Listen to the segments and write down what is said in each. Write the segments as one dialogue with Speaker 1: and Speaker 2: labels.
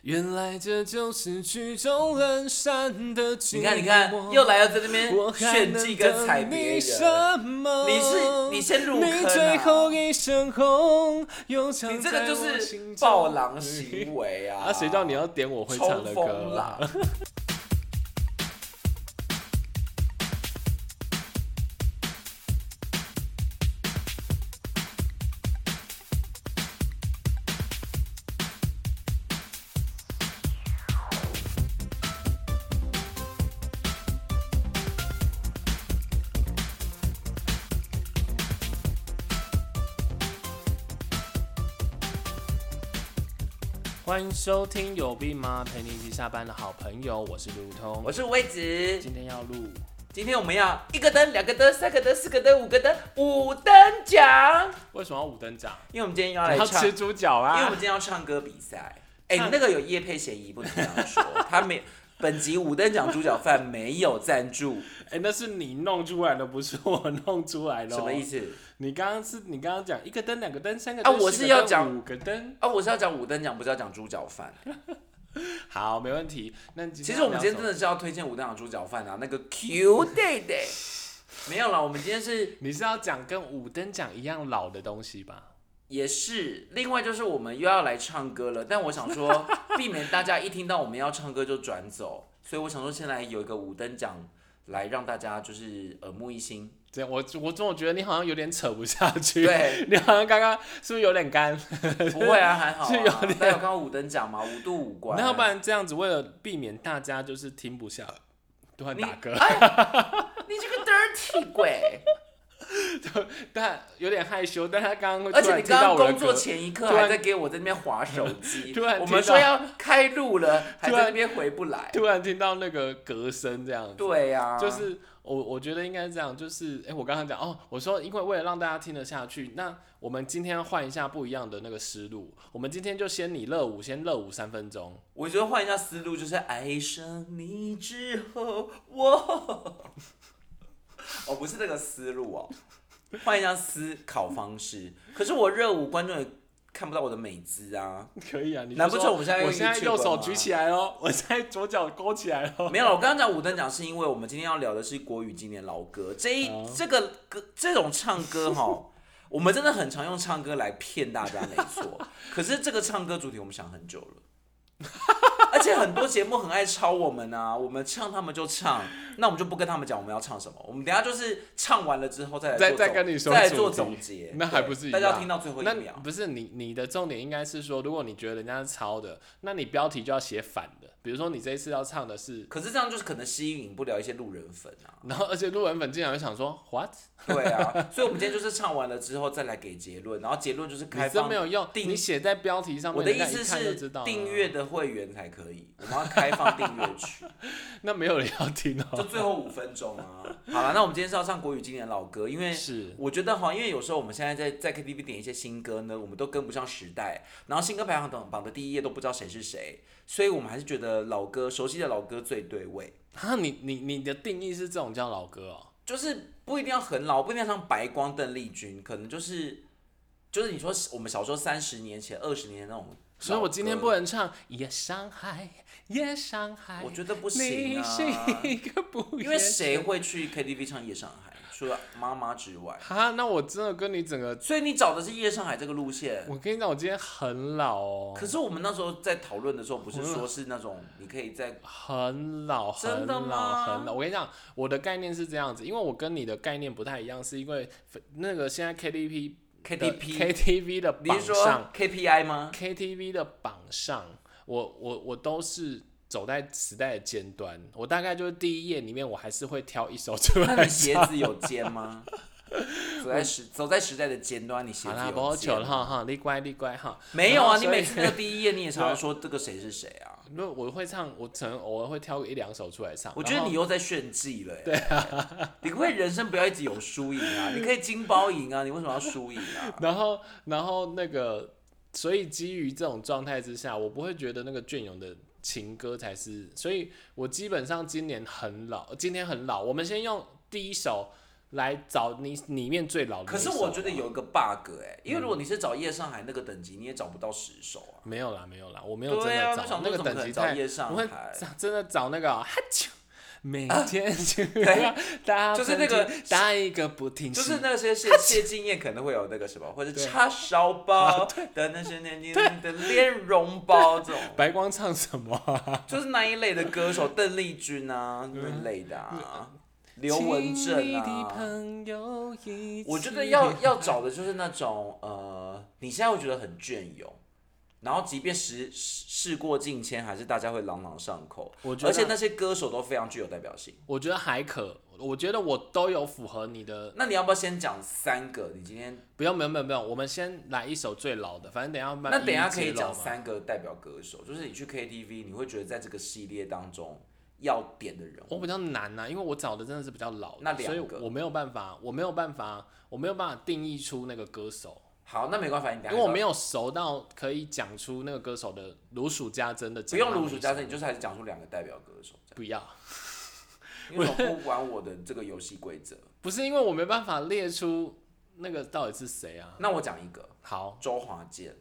Speaker 1: 原来这就是曲终人散的寂寞。
Speaker 2: 你看，你看，又来了，在那边
Speaker 1: 我还
Speaker 2: 炫技
Speaker 1: 能
Speaker 2: 跟踩
Speaker 1: 等
Speaker 2: 别
Speaker 1: 你
Speaker 2: 人。
Speaker 1: 什么？
Speaker 2: 你是你先入
Speaker 1: 你
Speaker 2: 坑
Speaker 1: 最
Speaker 2: 啊
Speaker 1: 后一身红，又藏
Speaker 2: 你这个
Speaker 1: 在
Speaker 2: 就
Speaker 1: 我
Speaker 2: 是
Speaker 1: 心中
Speaker 2: 暴狼行为啊！
Speaker 1: 啊，谁叫你要点我会唱
Speaker 2: 冲
Speaker 1: 的
Speaker 2: 锋
Speaker 1: 歌
Speaker 2: 狼？
Speaker 1: 啊？欢迎收听有病吗？陪你一起下班的好朋友，我是路通
Speaker 2: 我。是魏子，
Speaker 1: 今天要录
Speaker 2: 今天我们要一个灯、两个灯、三个灯、四个灯、五个灯，五灯奖。
Speaker 1: 为什么要五等奖？
Speaker 2: 因为我们今天要来
Speaker 1: 要
Speaker 2: 唱，
Speaker 1: 吃
Speaker 2: 因
Speaker 1: 猪脚
Speaker 2: 为我
Speaker 1: 啊
Speaker 2: 们！今天要唱歌比赛。哎、
Speaker 1: 唱
Speaker 2: 那个有叶配嫌疑，不能这样说。他没，本集五灯奖主角范没有赞助，
Speaker 1: 哎、那是你弄出来的，不是我弄出来的、哦
Speaker 2: 什么意
Speaker 1: 思？
Speaker 2: 思？
Speaker 1: 你刚刚是你刚刚讲一个灯、两个灯、三个
Speaker 2: 啊
Speaker 1: 灯、
Speaker 2: 我
Speaker 1: 四
Speaker 2: 是
Speaker 1: 个
Speaker 2: 要
Speaker 1: 灯
Speaker 2: 讲
Speaker 1: 五个灯。
Speaker 2: 啊，我是要讲五灯奖，不是要讲猪脚饭。
Speaker 1: 好，没问题。那你
Speaker 2: 其实我们今天真
Speaker 1: 的，
Speaker 2: 的是要推荐五灯奖猪脚饭啊，那个 Q Day Day。没有啦，我们今天是
Speaker 1: 你是要讲跟五等奖一样老的东西吧？
Speaker 2: 也是，另外就是我们又要来唱歌了，但我想 说，避免大家一听到我们要唱歌就转走，所以我想说，先来有一个五灯奖来让大家就是耳目一新。
Speaker 1: 这样我我总觉得你好像有点扯不下去。，
Speaker 2: 对，
Speaker 1: 你好像刚刚是不是有点 干？
Speaker 2: 不会啊，还好、啊。
Speaker 1: 是有点
Speaker 2: 大家有看到五灯奖吗？五度五关。
Speaker 1: 那要不然这样子，为了避免大家就是听不下，突然
Speaker 2: 你
Speaker 1: 打嗝，
Speaker 2: 你这个 dirty 鬼！
Speaker 1: 但有点害羞，但他刚刚
Speaker 2: 而
Speaker 1: 突
Speaker 2: 且
Speaker 1: 然
Speaker 2: 你
Speaker 1: 听
Speaker 2: 刚
Speaker 1: 到
Speaker 2: 刚
Speaker 1: 我的
Speaker 2: 工作
Speaker 1: 嗝，
Speaker 2: 前一刻
Speaker 1: 突然
Speaker 2: 还在给我在那边划手 机，
Speaker 1: 突然
Speaker 2: 我
Speaker 1: 听
Speaker 2: 们
Speaker 1: 到
Speaker 2: 说要开录了，还
Speaker 1: 突
Speaker 2: 在
Speaker 1: 然
Speaker 2: 那边回不来。
Speaker 1: 突然听到那个嗝声这样子。
Speaker 2: 对呀、啊，
Speaker 1: 就是我我觉得应该是这样，就是哎、诶我刚刚讲哦，我说因为为了让大家听得下去，那我们今天要换一下不一样的那个思路，我们今天就先你热舞，先热舞三分钟，
Speaker 2: 我觉得换一下思路，就是爱上你之后，我 哦不是那个思路哦，换一下思考方式。可是我热舞观众也看不到我的美姿啊，
Speaker 1: 可以啊？你就
Speaker 2: 难不成
Speaker 1: 说
Speaker 2: 我们现在用
Speaker 1: 我现在
Speaker 2: YouTube
Speaker 1: 右手
Speaker 2: 吗
Speaker 1: 举起来哦，我现在左脚勾起来哦，
Speaker 2: 没有，我刚刚讲五等奖是因为我们今天要聊的是国语经典老歌，这一
Speaker 1: 好
Speaker 2: 这个歌这种唱歌哈， 我们真的很常用唱歌来骗大家，没 错。可是这个唱歌主题我们想很久了， 而且很多节目很爱抄我们啊，我们唱他们就唱，那我们就不跟他们讲我们要唱什么，我们等一下就是唱完了之后再来
Speaker 1: 再
Speaker 2: 做
Speaker 1: 再
Speaker 2: 总
Speaker 1: 跟你说
Speaker 2: 再来
Speaker 1: 主
Speaker 2: 做
Speaker 1: 题
Speaker 2: 总结，
Speaker 1: 那还
Speaker 2: 对
Speaker 1: 不是一
Speaker 2: 大家
Speaker 1: 样
Speaker 2: 听 到最后一
Speaker 1: 那
Speaker 2: 秒。
Speaker 1: 不是你你的重点应该是说，如果你觉得人家是抄的，那你标题就要写反的。比如说你这一次要唱的是，
Speaker 2: 可是这样就是可能吸引不了一些路人粉啊，
Speaker 1: 然后而且路人粉竟然会想说 what，
Speaker 2: 对啊，所以我们今天就是唱完了之后再来给结论，然后结论就是
Speaker 1: 你
Speaker 2: 开
Speaker 1: 这
Speaker 2: 放
Speaker 1: 没有用，
Speaker 2: 订
Speaker 1: 你写在标题上面，
Speaker 2: 我的
Speaker 1: 人
Speaker 2: 意
Speaker 1: 家
Speaker 2: 思
Speaker 1: 一看就是知道了
Speaker 2: 订阅，的会员才可以，我们要开放订阅 区，
Speaker 1: 那没有人要听
Speaker 2: 就
Speaker 1: 哦。
Speaker 2: 最后五分钟啊。好了，那我们今天是要唱国语经典老歌，因为。
Speaker 1: 是，
Speaker 2: 我觉得哈，因为有时候我们现在在在 KTV 点一些新歌呢，我们都跟不上时代，然后新歌排行榜榜的第一页都不知道谁是谁，所以我们还是觉得老歌熟悉的老歌最对味，
Speaker 1: 啊，你你你的定义是这种叫老歌哦？
Speaker 2: 就是不一定要很老，不一定要像白光、邓丽君，可能就是就是你说我们小时候三十年前、二十年前那种老歌，
Speaker 1: 所以我今天不能唱《夜上海》，夜上海，
Speaker 2: 我觉得不行
Speaker 1: 你
Speaker 2: 啊，
Speaker 1: 是一个不
Speaker 2: 因为
Speaker 1: 夜
Speaker 2: 谁会去 KTV 唱《夜上海》？除了妈妈之外，
Speaker 1: 啊？那我真的跟你整个，
Speaker 2: 所以你找的是《夜上海》这个路线。
Speaker 1: 我跟你讲，我今天很老哦。
Speaker 2: 可是我们那时候在讨论的时候，不是说是那种你可以在
Speaker 1: 很老，
Speaker 2: 真
Speaker 1: 很
Speaker 2: 的
Speaker 1: 老，
Speaker 2: 吗
Speaker 1: 很老。我跟你讲，我的概念是这样子，因为我跟你的概念不太一样，是因为那个现在 KTV 的
Speaker 2: KTP？
Speaker 1: KTV 的
Speaker 2: 你
Speaker 1: 榜
Speaker 2: 是说
Speaker 1: 上
Speaker 2: KPI 吗？
Speaker 1: ，KTV 的榜上，我我我都是走在时代的尖端。我大概就是第一页里面，我还是会挑一首出
Speaker 2: 那
Speaker 1: 来
Speaker 2: 你鞋
Speaker 1: 唱。
Speaker 2: 子有尖 吗？走在时走在时代的尖端，你鞋
Speaker 1: 好
Speaker 2: 子
Speaker 1: 啦，不
Speaker 2: 有
Speaker 1: 好求了
Speaker 2: 尖吗？
Speaker 1: 哈哈，你乖你乖哈。
Speaker 2: 没有
Speaker 1: 然
Speaker 2: 啊，
Speaker 1: 后
Speaker 2: 你
Speaker 1: 所以
Speaker 2: 每次那个第一页你也常常说这个谁是谁啊？
Speaker 1: 那我会唱，我可能偶尔会挑一两首出来唱。
Speaker 2: 我觉
Speaker 1: 然
Speaker 2: 得
Speaker 1: 后
Speaker 2: 你又在炫技了耶。对啊，你可不可以人生不要一直有输赢啊？你可以金包赢啊，你为什么要输赢啊？
Speaker 1: 然后，然后那个，所以基于这种状态之下，我不会觉得那个隽永的情歌才是，所以我基本上今年很老，今天很老。我们先用第一首来找你里面最老的那
Speaker 2: 可
Speaker 1: 一首
Speaker 2: 是
Speaker 1: 啊。
Speaker 2: 我觉得有一个 bug 哎、因为如果你是找夜上海那个等级，你也找不到十首啊。
Speaker 1: 没有啦，没有啦，我没有真
Speaker 2: 对啊，
Speaker 1: 的
Speaker 2: 我
Speaker 1: 找、
Speaker 2: 想
Speaker 1: 那个
Speaker 2: 说怎么可
Speaker 1: 等
Speaker 2: 能
Speaker 1: 级
Speaker 2: 找
Speaker 1: 太，
Speaker 2: 夜
Speaker 1: 我
Speaker 2: 上
Speaker 1: 会
Speaker 2: 海？啊
Speaker 1: 找真的找那个 哈啾，每天去 打喷嚏、
Speaker 2: 就是那个
Speaker 1: 打一个不停息，
Speaker 2: 就是那些谢谢金燕可能会有那个什么，或者
Speaker 1: 对
Speaker 2: 叉烧包的那些年年的莲蓉包这种，
Speaker 1: 白光唱什么啊、
Speaker 2: 就是那一类的歌手，邓丽君啊那类的啊，刘文正
Speaker 1: 亲密的
Speaker 2: 啊。
Speaker 1: 朋友一起
Speaker 2: 我觉得要要找的就是那种呃，你现在会觉得很隽永，然后即便时事事过境迁，还是大家会朗朗上口。
Speaker 1: 我觉得
Speaker 2: 而且那些歌手都非常具有代表性。
Speaker 1: 我觉得还可，我觉得我都有符合你的。
Speaker 2: 那你要不要先讲三个？你今天
Speaker 1: 不用，不用，不用，不用。我们先来一首最老的，反正等一下慢慢
Speaker 2: 那等一下可
Speaker 1: 一一
Speaker 2: 以
Speaker 1: 揭露
Speaker 2: 讲
Speaker 1: 嘛。
Speaker 2: 三个代表歌手，就是你去 KTV，你会觉得在这个系列当中要点的人
Speaker 1: 我
Speaker 2: 物。
Speaker 1: 比较难啊呐、因为我找的真的是比较老的，
Speaker 2: 那两
Speaker 1: 所以
Speaker 2: 个
Speaker 1: 我没有办法，我没有办法，我没有办法定义出那个歌手，
Speaker 2: 好，那没关系，你等一
Speaker 1: 因
Speaker 2: 下
Speaker 1: 为我
Speaker 2: 还
Speaker 1: 没
Speaker 2: 是要
Speaker 1: 有熟到可以讲出那个歌手的如数家珍的。
Speaker 2: 不用如数家珍，你，就是还是讲出两个代表歌 手这
Speaker 1: 不要，
Speaker 2: 样，因为我不玩我的这个游戏规则。
Speaker 1: 不是因为我没办法列出那个到底是谁啊。
Speaker 2: 那我讲一个
Speaker 1: 好
Speaker 2: 周华健，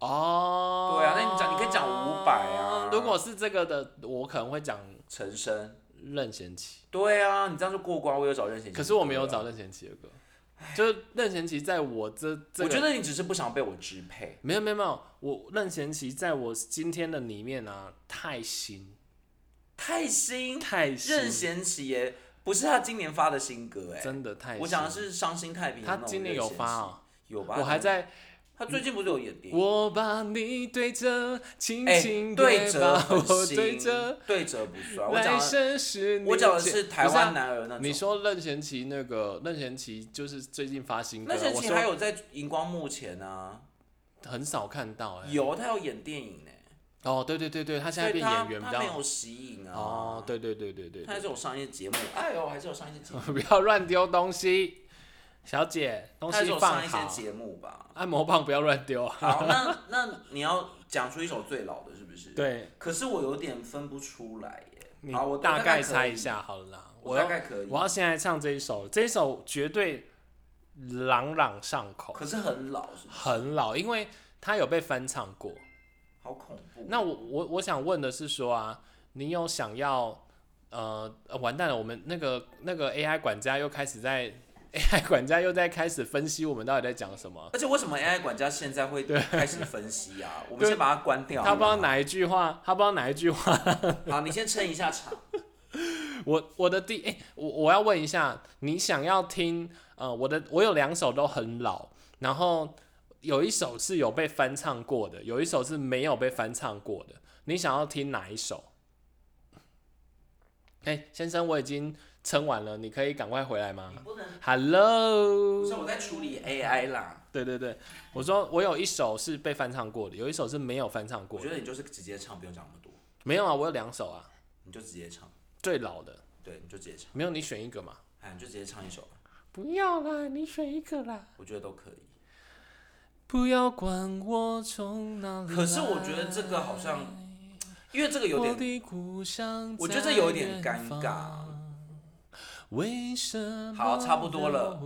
Speaker 1: 哦，
Speaker 2: 对啊那你讲你可以讲伍佰啊
Speaker 1: 如果是这个的，我可能会讲
Speaker 2: 陈升，
Speaker 1: 任贤齐，
Speaker 2: 对啊，你这样就过关，我有找任贤齐，
Speaker 1: 可是我没
Speaker 2: 啊
Speaker 1: 有找，任贤齐的歌，就是任贤齐在我这这
Speaker 2: 我
Speaker 1: 个
Speaker 2: 觉得你只是不想被我支配。
Speaker 1: 没有没有没有，我任贤齐在我今天的里面啊，太新
Speaker 2: 泰星，
Speaker 1: 太新，
Speaker 2: 任贤齐耶，不是他今年发的新歌哎，
Speaker 1: 真的太新。
Speaker 2: 我讲的是伤心太平的那
Speaker 1: 他
Speaker 2: 种
Speaker 1: 今年
Speaker 2: 任
Speaker 1: 有
Speaker 2: 贤
Speaker 1: 发
Speaker 2: 齐
Speaker 1: 哦，
Speaker 2: 有吧？
Speaker 1: 我还在
Speaker 2: 他最近不是有演电影？
Speaker 1: 我把你对折，轻
Speaker 2: 哎、
Speaker 1: 轻
Speaker 2: 对
Speaker 1: 地
Speaker 2: 折
Speaker 1: 把
Speaker 2: 很
Speaker 1: 我
Speaker 2: 新，
Speaker 1: 对折，
Speaker 2: 对折不算。我
Speaker 1: 来
Speaker 2: 讲的
Speaker 1: 生是你
Speaker 2: 我讲的
Speaker 1: 解
Speaker 2: 是台
Speaker 1: 不啊
Speaker 2: 湾男儿那种。
Speaker 1: 你说任贤齐那个任贤齐就是最近发新歌，
Speaker 2: 那些
Speaker 1: 我
Speaker 2: 其实还
Speaker 1: 说
Speaker 2: 有在荧光幕前啊，
Speaker 1: 很少看到哎、
Speaker 2: 有他有演电影呢、
Speaker 1: 哦，对对对对，他现
Speaker 2: 所
Speaker 1: 在
Speaker 2: 以
Speaker 1: 变
Speaker 2: 他
Speaker 1: 演员比
Speaker 2: 他没
Speaker 1: 较
Speaker 2: 有息影啊。
Speaker 1: 哦，，对对对对对
Speaker 2: 他还
Speaker 1: 对，
Speaker 2: 是有上一些节目，哎呦，还是有上一些节目，
Speaker 1: 不要乱丢东西，小姐，
Speaker 2: 他
Speaker 1: 东
Speaker 2: 还是
Speaker 1: 西
Speaker 2: 有上
Speaker 1: 放
Speaker 2: 一些
Speaker 1: 好，
Speaker 2: 节目吧。
Speaker 1: 按摩棒不要乱丢啊。
Speaker 2: 好，那那你要讲出一首最老的，是不是？。
Speaker 1: 对，
Speaker 2: 可是我有点分不出来耶。
Speaker 1: 你
Speaker 2: 好，我
Speaker 1: 大
Speaker 2: 概
Speaker 1: 概
Speaker 2: 可
Speaker 1: 猜
Speaker 2: 以
Speaker 1: 一，下好了啦。
Speaker 2: 我
Speaker 1: 我
Speaker 2: 大
Speaker 1: 要
Speaker 2: 概可以
Speaker 1: 我。要现在唱这一首，这一首绝对朗朗上口，
Speaker 2: 可是很老，是不是？
Speaker 1: 很老，因为它有被翻唱过。
Speaker 2: 好恐怖。
Speaker 1: 那我我我想问的是说啊，你有想要呃呃完蛋了，我们那个那个 AI 管家又开始在 AI 管家又在开始分析我们到底在讲什么。
Speaker 2: 而且为什么 AI 管家现在会开始分 析啊？我们
Speaker 1: 对
Speaker 2: 先把它关掉。
Speaker 1: 他不知道
Speaker 2: 好吗
Speaker 1: 哪一句话，他不知道哪一句话。
Speaker 2: 好，你先撑一下场。
Speaker 1: 我我的第哎、我我要问一下，你想要听呃我的我有两首都很老，然后有一首是有被翻唱过的，有一首是没有被翻唱过的。你想要听哪一首？哎、先生，我已经撑完了，你可以赶快回来吗
Speaker 2: 你不能，
Speaker 1: ？Hello，
Speaker 2: 不是我在处理 AI 啦。
Speaker 1: 对对对，我说我有一首是被翻唱过的，有一首是没有翻唱
Speaker 2: 我
Speaker 1: 过
Speaker 2: 觉
Speaker 1: 的。
Speaker 2: 得你就是直接唱，不用讲那么多，
Speaker 1: 没有啊，我有两首啊，
Speaker 2: 你就直接唱。
Speaker 1: 最老的，
Speaker 2: 对，你就直接唱。
Speaker 1: 没有你选一个嘛。
Speaker 2: 哎，你就直接唱一首，
Speaker 1: 不要啦，你选一个啦。
Speaker 2: 我觉得都可以。
Speaker 1: 不要管我从哪里来。
Speaker 2: 可是我觉得这个好像因为这个有
Speaker 1: 我
Speaker 2: 点，
Speaker 1: 的故乡，
Speaker 2: 我觉得这有点尴尬。。
Speaker 1: 为什么？
Speaker 2: 好差不多了。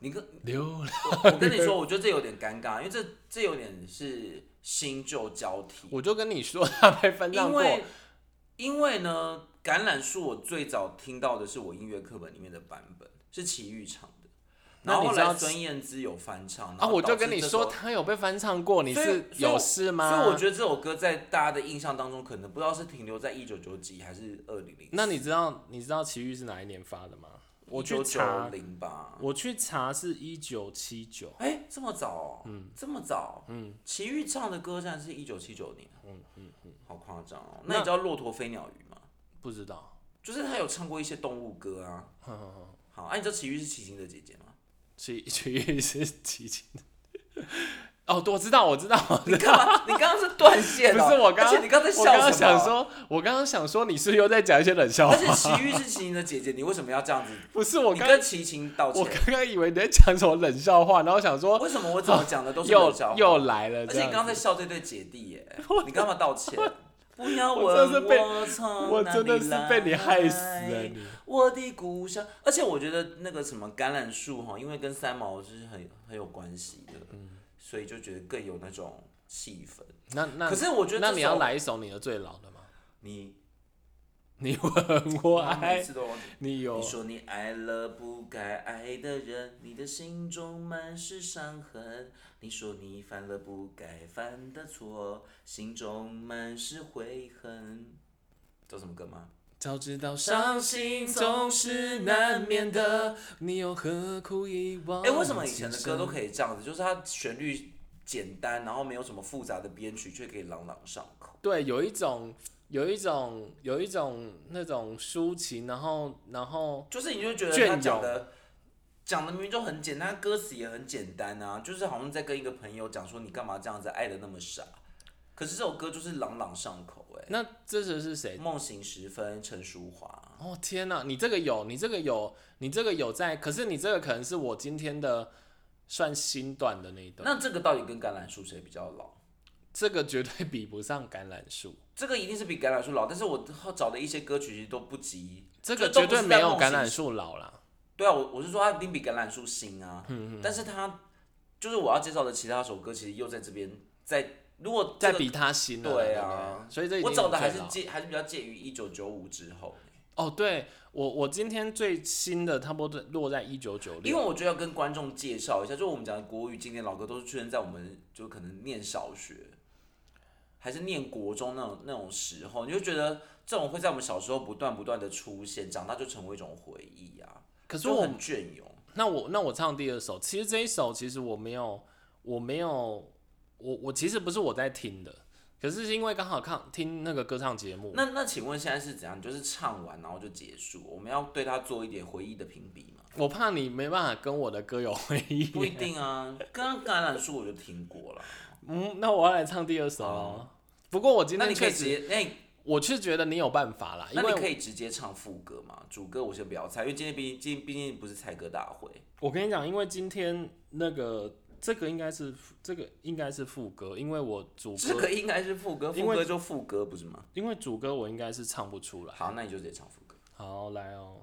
Speaker 2: 你 跟
Speaker 1: 流浪。
Speaker 2: 我跟你说，我觉得这有点尴尬，因为这这有点是新旧交替。
Speaker 1: 我就跟你说，他被翻唱
Speaker 2: 因
Speaker 1: 过。
Speaker 2: 为因为呢，橄榄树我最早听到的是我音乐课本里面的版本，是齐豫唱的。
Speaker 1: 那
Speaker 2: 然后
Speaker 1: 你
Speaker 2: 后
Speaker 1: 知道
Speaker 2: 来孙燕姿有翻唱
Speaker 1: 啊，我就跟你，说，
Speaker 2: 然后导致
Speaker 1: 他有被翻唱过，你
Speaker 2: 所以
Speaker 1: 是
Speaker 2: 所以
Speaker 1: 有
Speaker 2: 我
Speaker 1: 事
Speaker 2: 这首
Speaker 1: 吗？
Speaker 2: 所以我觉得这首歌在大家的印象当中，可能不知道是停留在一九九几还是二零零。
Speaker 1: 那你知道你知道奇遇是哪一年发的吗？我去
Speaker 2: 九九
Speaker 1: 查，
Speaker 2: 零吧？
Speaker 1: 我去查是一九七九。
Speaker 2: 哎、这么早、哦？嗯，这么早？嗯，齐豫唱的歌竟然是一九七九年。嗯嗯嗯，好夸张哦。那你
Speaker 1: 那
Speaker 2: 知道骆驼飞鸟语吗？
Speaker 1: 不知道，
Speaker 2: 就是他有唱过一些动物歌啊。好，哎、你知道齐豫是齐秦的姐姐 吗？
Speaker 1: 奇奇遇是奇迹。哦，我知道，我知道，我知
Speaker 2: 你
Speaker 1: 道。
Speaker 2: 干嘛？你刚刚是断线了、
Speaker 1: 不是我刚
Speaker 2: 哦 而
Speaker 1: 刚
Speaker 2: 且你刚才
Speaker 1: 我
Speaker 2: 笑
Speaker 1: 刚刚
Speaker 2: 什么啊
Speaker 1: 想说，我刚刚想说，你是不是又在讲一些冷笑
Speaker 2: 而
Speaker 1: 话？
Speaker 2: 且齐豫是齐秦的姐姐，你为什么要这样子？
Speaker 1: 不是我
Speaker 2: 你
Speaker 1: 刚
Speaker 2: 跟齐秦道
Speaker 1: 我
Speaker 2: 歉。
Speaker 1: 刚刚以为你在讲什么冷笑话，然后想说
Speaker 2: 为什么我怎么讲的都是
Speaker 1: 又
Speaker 2: 冷笑话？
Speaker 1: 又来了
Speaker 2: 而
Speaker 1: 这
Speaker 2: 且
Speaker 1: 样
Speaker 2: 你
Speaker 1: 子，
Speaker 2: 刚才笑这对姐弟耶，你干嘛道歉？不要问
Speaker 1: 我真的是被
Speaker 2: 我从
Speaker 1: 我
Speaker 2: 哪
Speaker 1: 真的
Speaker 2: 里
Speaker 1: 是被你害死
Speaker 2: 来
Speaker 1: 了你。
Speaker 2: 我的故乡，而且我觉得那个什么橄榄树哈，因为跟三毛就是很很有关系的，
Speaker 1: 嗯
Speaker 2: 所以就觉得更有那种气氛。
Speaker 1: 那那
Speaker 2: 可是我觉得
Speaker 1: 那
Speaker 2: 这
Speaker 1: 你要
Speaker 2: 首
Speaker 1: 来一首你的最老的吗？
Speaker 2: 你
Speaker 1: 你问我
Speaker 2: 哇每
Speaker 1: 爱
Speaker 2: 次都忘记
Speaker 1: 你有
Speaker 2: 嗯你说你爱了不该爱的人，你的心中满是伤痕。你说你犯了不该犯的错，心中满是悔恨。这什么歌吗？
Speaker 1: 早知道伤心总是难免
Speaker 2: 哦
Speaker 1: 的，你又何苦一往？
Speaker 2: 哎、为什么以前的歌都
Speaker 1: 以？
Speaker 2: 可以这样子？就是它旋律简单，然后没有什么复杂的编曲，却可以朗朗上口。
Speaker 1: 对，有一种，有一种，有一种那种抒情，然后，然后，
Speaker 2: 就是你就觉得
Speaker 1: 隽
Speaker 2: 他讲
Speaker 1: 永
Speaker 2: 的讲的明明就很简单，歌词也很简单啊，就是好像在跟一个朋友讲说你干嘛这样子爱的那么傻。可是这首歌就是朗朗上口哎、
Speaker 1: 那这首是谁？
Speaker 2: 梦醒时分，陈淑华。
Speaker 1: 哦天哪，你这个有，你这个有，你这个有在，可是你这个可能是我今天的算新段的那一段，
Speaker 2: 那这个到底跟橄榄树谁比较老？
Speaker 1: 这个绝对比不上橄榄 树，
Speaker 2: 这个一定是比橄榄树老，但是我找的一些歌曲其实都不及。
Speaker 1: 这个
Speaker 2: 就都
Speaker 1: 绝
Speaker 2: 不
Speaker 1: 对
Speaker 2: 是
Speaker 1: 没
Speaker 2: 在
Speaker 1: 有
Speaker 2: 梦
Speaker 1: 橄
Speaker 2: 醒
Speaker 1: 榄
Speaker 2: 时
Speaker 1: 树老啦。
Speaker 2: 对啊，我我是说它一定比橄榄树新啊。
Speaker 1: 嗯
Speaker 2: 但是它就是我要介绍的其他首歌，其实又在这边在如果这
Speaker 1: 再
Speaker 2: 个
Speaker 1: 比他新了啦，
Speaker 2: 对
Speaker 1: 不
Speaker 2: 啊
Speaker 1: 对，所以这已
Speaker 2: 我
Speaker 1: 经
Speaker 2: 找的
Speaker 1: 最
Speaker 2: 还是
Speaker 1: 老
Speaker 2: 介还是比较介于一九九五之后，
Speaker 1: 哦，对我我今天最新的差不多落在一九九
Speaker 2: 因为
Speaker 1: 六，
Speaker 2: 我觉得要跟观众介绍一下，就我们讲的国语经典老歌都是出现在我们就可能念小学，还是念国中那种那种时候，你就觉得这种会在我们小时候不断不断的出现，长大就成为一种回忆啊，
Speaker 1: 可是
Speaker 2: 就
Speaker 1: 我哦
Speaker 2: 很隽永。
Speaker 1: 那我那我唱第二首，其实这一首其实我没有我没有我我其实不是我在听的，可是是因为刚好看听那个歌唱节目，
Speaker 2: 那那请问现在是怎样？你就是唱完然后就结束，我们要对它做一点回忆的评比 吗？
Speaker 1: 我怕你没办法跟我的歌有回忆，
Speaker 2: 不一定啊，刚刚橄榄树我就听过了，
Speaker 1: 嗯，那我要来唱第二首咯。不过我今
Speaker 2: 那
Speaker 1: 天
Speaker 2: 你可
Speaker 1: 哦确
Speaker 2: 以直
Speaker 1: 实，
Speaker 2: 接，那你
Speaker 1: 我是觉得你有办法啦，因
Speaker 2: 那
Speaker 1: 为
Speaker 2: 你可以直接唱副歌嘛，主歌我先不要猜，因为今天毕竟今天毕竟不是猜歌大会。
Speaker 1: 我跟你讲，因为今天那个这个应该是这个应该是副歌，因为我主
Speaker 2: 这
Speaker 1: 歌
Speaker 2: 个应该是副歌，
Speaker 1: 因
Speaker 2: 副
Speaker 1: 为
Speaker 2: 歌就副歌不是吗？
Speaker 1: 因为主歌我应该是唱不出来。
Speaker 2: 好，那你就直接唱副歌。
Speaker 1: 好，来哦。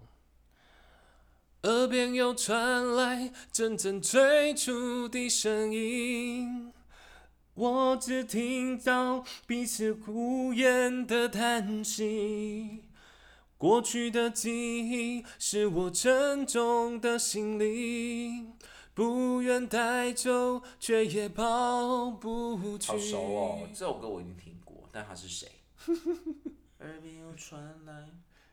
Speaker 1: 耳边又传来阵阵追逐的声音，我只听到彼此无言的叹息。过去的记忆是我沉重的行李，不愿带走，却也抛不去。
Speaker 2: 好熟哦，这首歌我已经听过，但他是谁？耳边又传来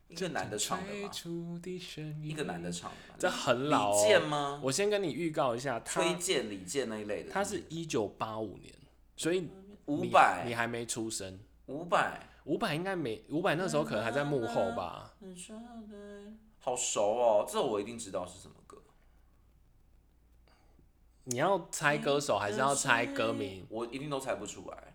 Speaker 2: 一个男的唱的
Speaker 1: 追
Speaker 2: 吗？
Speaker 1: 逐的声音，
Speaker 2: 一个男的唱的吗？
Speaker 1: 这很老
Speaker 2: 李
Speaker 1: 哦。
Speaker 2: 健吗？
Speaker 1: 我先跟你预告一下，他
Speaker 2: 崔健、李健那一类的。
Speaker 1: 他是一九八五年，所以
Speaker 2: 伍
Speaker 1: 你你
Speaker 2: 佰，
Speaker 1: 还没出生。
Speaker 2: 伍佰，
Speaker 1: 伍佰应该没，伍佰那时候可能还在幕后
Speaker 2: 嗯
Speaker 1: 吧。
Speaker 2: 好熟哦，这我一定知道是什么歌。
Speaker 1: 你要猜歌手
Speaker 2: 哎
Speaker 1: 还是要猜歌名？
Speaker 2: 我一定都猜不出来。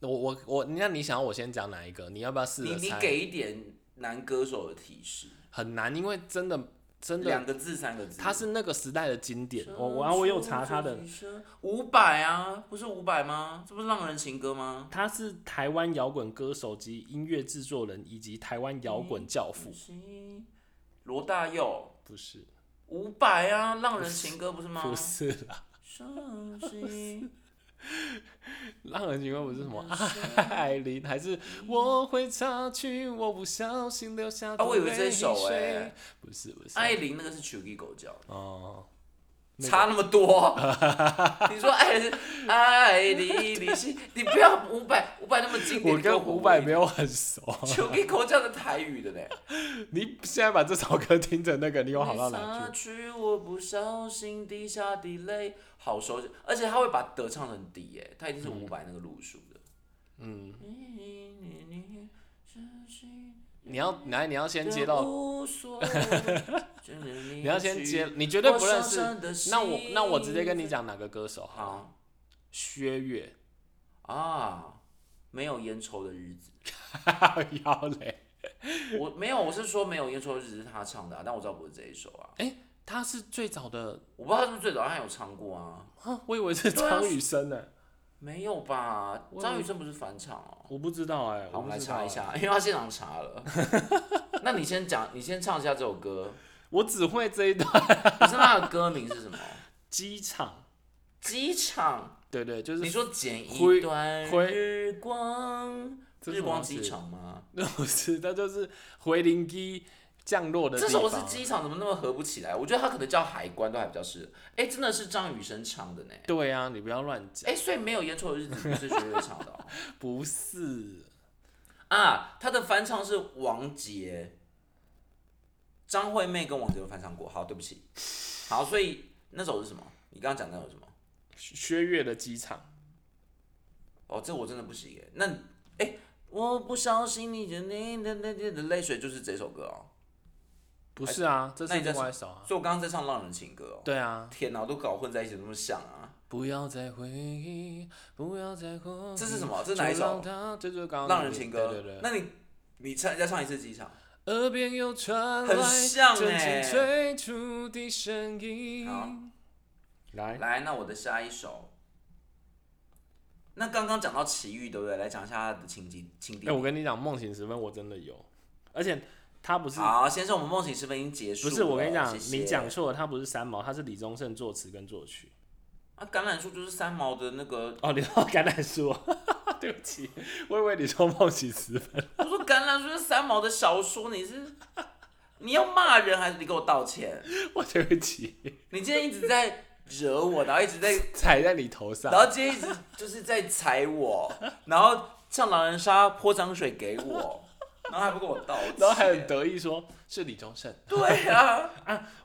Speaker 1: 我我我，那你想要我先讲哪一个？你要不要试
Speaker 2: 你
Speaker 1: 着
Speaker 2: 你
Speaker 1: 猜？
Speaker 2: 给一点男歌手的提示，
Speaker 1: 很难，因为真的真的，
Speaker 2: 两个字、三个字。
Speaker 1: 他是那个时代的经典。
Speaker 2: 啊
Speaker 1: 我我要我有查他的，
Speaker 2: 五百啊，不是五百吗？这不是《浪人情歌》吗？
Speaker 1: 他是台湾摇滚歌手及音乐制作人，以及台湾摇滚教父。
Speaker 2: 罗大
Speaker 1: 嗯
Speaker 2: 佑，
Speaker 1: 不是，
Speaker 2: 五百啊，《浪人情歌》不是吗？
Speaker 1: 不是啦，
Speaker 2: 伤心。
Speaker 1: 浪人情歌不是什么
Speaker 2: 嗯
Speaker 1: 艾琳，还是我会擦去我不小心留下的
Speaker 2: 啊我以为这
Speaker 1: 泪
Speaker 2: 首
Speaker 1: 水
Speaker 2: 欸
Speaker 1: 不是不是
Speaker 2: 艾琳那个是曲给狗叫，
Speaker 1: 哦，
Speaker 2: 差那么多。你说艾琳，艾琳，你是你不要五百，五百那么经典。
Speaker 1: 我跟伍佰没有很熟，
Speaker 2: 球给狗叫的台语的嘞。
Speaker 1: 你现在把这首歌听成那个，你有好到哪
Speaker 2: 擦
Speaker 1: 去？
Speaker 2: 去我不小心滴下的泪，好熟悉，而且他会把德唱成低耶，他一定是伍佰那个路数的。
Speaker 1: 嗯，
Speaker 2: 嗯。
Speaker 1: 你要来，你要先接到，
Speaker 2: 你
Speaker 1: 你要先接，你绝对不认识。那我那我直接跟你讲哪个歌手好了？
Speaker 2: 好
Speaker 1: 薛 岳，
Speaker 2: 啊，没有烟抽的日子，
Speaker 1: 要嘞，
Speaker 2: 我没有，我是说没有烟抽的日子是他唱的、啊，但我知道不是这一首啊，
Speaker 1: 他是最早的，
Speaker 2: 我不知道他是不是最早他有唱过啊，
Speaker 1: 啊我以为是
Speaker 2: 对啊
Speaker 1: 张雨生呢。
Speaker 2: 没有吧？
Speaker 1: 我以为
Speaker 2: 张雨生不是返场哦。
Speaker 1: 我不知道哎、
Speaker 2: 好，我
Speaker 1: 不
Speaker 2: 们来
Speaker 1: 知道
Speaker 2: 查一
Speaker 1: 欸。
Speaker 2: 下， 因为他现场查了。 那你先讲，你先唱一下这首歌。
Speaker 1: 我只会这一段
Speaker 2: 可是它的歌名是 什么？
Speaker 1: 机场，
Speaker 2: 机场。
Speaker 1: 对对，就是
Speaker 2: 你说剪一
Speaker 1: 灰
Speaker 2: 段
Speaker 1: 灰
Speaker 2: 日光，
Speaker 1: 这是
Speaker 2: 日光
Speaker 1: 什
Speaker 2: 机
Speaker 1: 么
Speaker 2: 场吗？
Speaker 1: 那不是，它就是回零机降落的地
Speaker 2: 这
Speaker 1: 方。
Speaker 2: 首是机场，怎么那么合不起来？我觉得他可能叫海关都还比较适合。哎，真的是张雨生唱的呢。
Speaker 1: 对啊，你不要乱讲。
Speaker 2: 哎，所以没有烟抽的日子不是学乐唱的哦、
Speaker 1: 不是，
Speaker 2: 啊，他的翻唱是王杰、张惠妹跟王杰都翻唱过。好，对不起。好，所以那首是什么？你刚刚讲那首是什么？
Speaker 1: 薛岳的机场，
Speaker 2: 哦，这我真的不行耶。那哎，我不小心你的你的那的泪水就是这首歌哦。
Speaker 1: 不是啊，这
Speaker 2: 那
Speaker 1: 是
Speaker 2: 你在
Speaker 1: 另外一首啊。
Speaker 2: 所以我刚刚在唱《浪人情歌》哦。
Speaker 1: 对啊，
Speaker 2: 天哪，我都搞混在一起，怎么像啊？
Speaker 1: 不要再回忆，不要再回忆。
Speaker 2: 这是什么这是哪一首
Speaker 1: 就让它这就是刚刚
Speaker 2: 浪
Speaker 1: 那
Speaker 2: 人
Speaker 1: 边
Speaker 2: 情歌。
Speaker 1: 对对对。
Speaker 2: 那你你唱再唱一次机场。
Speaker 1: 耳边又传
Speaker 2: 很
Speaker 1: 来
Speaker 2: 像
Speaker 1: 阵
Speaker 2: 欸
Speaker 1: 阵催促的声音。
Speaker 2: 好
Speaker 1: 来，
Speaker 2: 来，那我的下一首。那刚刚讲到奇遇，对不对？来讲一下他的情景情
Speaker 1: 哎、
Speaker 2: 景。
Speaker 1: 我跟你讲，梦醒时分我真的有，而且它不是
Speaker 2: 好，先生，我们梦醒时分已经结束
Speaker 1: 不
Speaker 2: 了。
Speaker 1: 是我跟你讲，
Speaker 2: 哦谢谢
Speaker 1: 你讲错了，它不是三毛，它是李宗盛作词跟作曲。
Speaker 2: 啊，橄榄树就是三毛的那个，
Speaker 1: 哦，你说橄榄树哦， 对不起，我以为你说梦醒时分。
Speaker 2: 我说橄榄树是三毛的小说，你是 你要骂人还是你给我道歉？
Speaker 1: 我对不起，
Speaker 2: 你今天一直在惹我，然后一直在，
Speaker 1: 踩在你头上
Speaker 2: 然。后今天一直就是在踩我，然后像狼人杀泼脏水给我，然后还不跟我道歉，
Speaker 1: 然后还很得意说，是李宗盛。
Speaker 2: 对啊，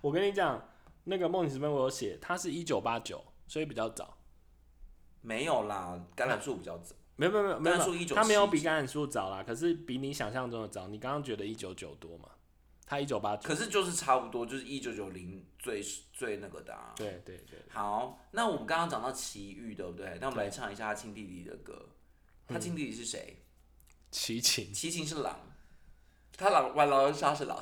Speaker 1: 我跟你讲，那个梦醒时分我有写，它是一九八九，所以比较早。
Speaker 2: 没有啦，橄榄树比较早。
Speaker 1: 没有没有没有没
Speaker 2: 橄榄树
Speaker 1: 有，
Speaker 2: 1979
Speaker 1: 它没有比橄榄树早啦，可是比你想象中的早。你刚刚觉得一九九多嘛？它一九八九
Speaker 2: 可。是就是差不多，就是一九九零最最那个的、啊。
Speaker 1: 对对对，
Speaker 2: 好，那我们刚刚讲到奇遇，对不对？那我们来唱一下他亲弟弟的歌。
Speaker 1: 嗯
Speaker 2: 他亲弟弟是谁？
Speaker 1: 齐秦，
Speaker 2: 齐秦是狼，他狼玩狼人杀是狼。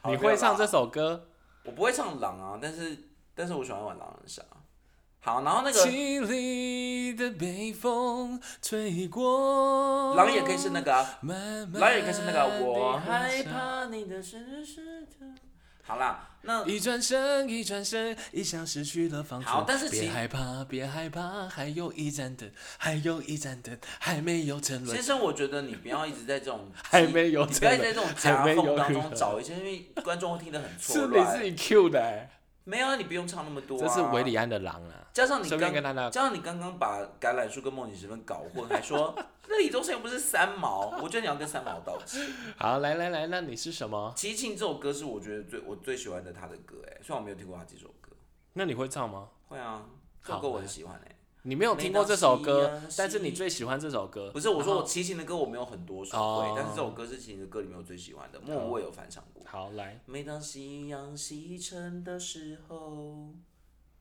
Speaker 2: 好
Speaker 1: 你
Speaker 2: 不要
Speaker 1: 会唱
Speaker 2: 啦
Speaker 1: 这首歌？
Speaker 2: 我不会唱狼啊，但是但是我喜欢玩狼人杀。好，然后那个
Speaker 1: 凄厉的北风吹过，
Speaker 2: 狼也可以是那个、啊，
Speaker 1: 慢慢地
Speaker 2: 狼也可以是那个啊、我
Speaker 1: 合上
Speaker 2: 害怕你的是是的。好啦， 那
Speaker 1: 一转身，一转身，一想失去了方寸。
Speaker 2: 好但是其
Speaker 1: 别害怕，别害怕，还有一盏灯，还有一盏灯，还没有沉沦
Speaker 2: 先。生，我觉得你不要一直在这种
Speaker 1: 还没有
Speaker 2: 你不要一直在这
Speaker 1: 真的
Speaker 2: 种夹
Speaker 1: 还没有
Speaker 2: 缝当
Speaker 1: 娱
Speaker 2: 中
Speaker 1: 乐
Speaker 2: 找一些，因为观众会听得很错
Speaker 1: 是你自
Speaker 2: 乱。
Speaker 1: 己 Q 的、欸，
Speaker 2: 没有，啊，你不用唱那么多、啊。
Speaker 1: 这是维里安的狼啊。
Speaker 2: 加上你
Speaker 1: 顺便跟
Speaker 2: 刚，
Speaker 1: 大家，
Speaker 2: 加上你刚刚把橄榄树跟梦醒时分搞混，还说那李宗盛又不是三毛， 我觉得你要跟三毛道歉。
Speaker 1: 好，来来来，那你是什么？
Speaker 2: 齐秦这首歌是我觉得最我最喜欢的他的歌，哎，虽然我没有听过他几首歌。
Speaker 1: 那你会唱吗？
Speaker 2: 会啊，这首歌我很喜欢哎。
Speaker 1: 你没有听过这首歌，但是你最喜欢这首歌。
Speaker 2: 啊不是我说
Speaker 1: 然
Speaker 2: 我
Speaker 1: 后，
Speaker 2: 齐秦的歌我没有很多首会，
Speaker 1: 哦
Speaker 2: 但是这首歌是齐秦的歌里面我最喜欢的，莫文蔚有翻唱过。
Speaker 1: 好来，
Speaker 2: 每当夕阳西沉的时候，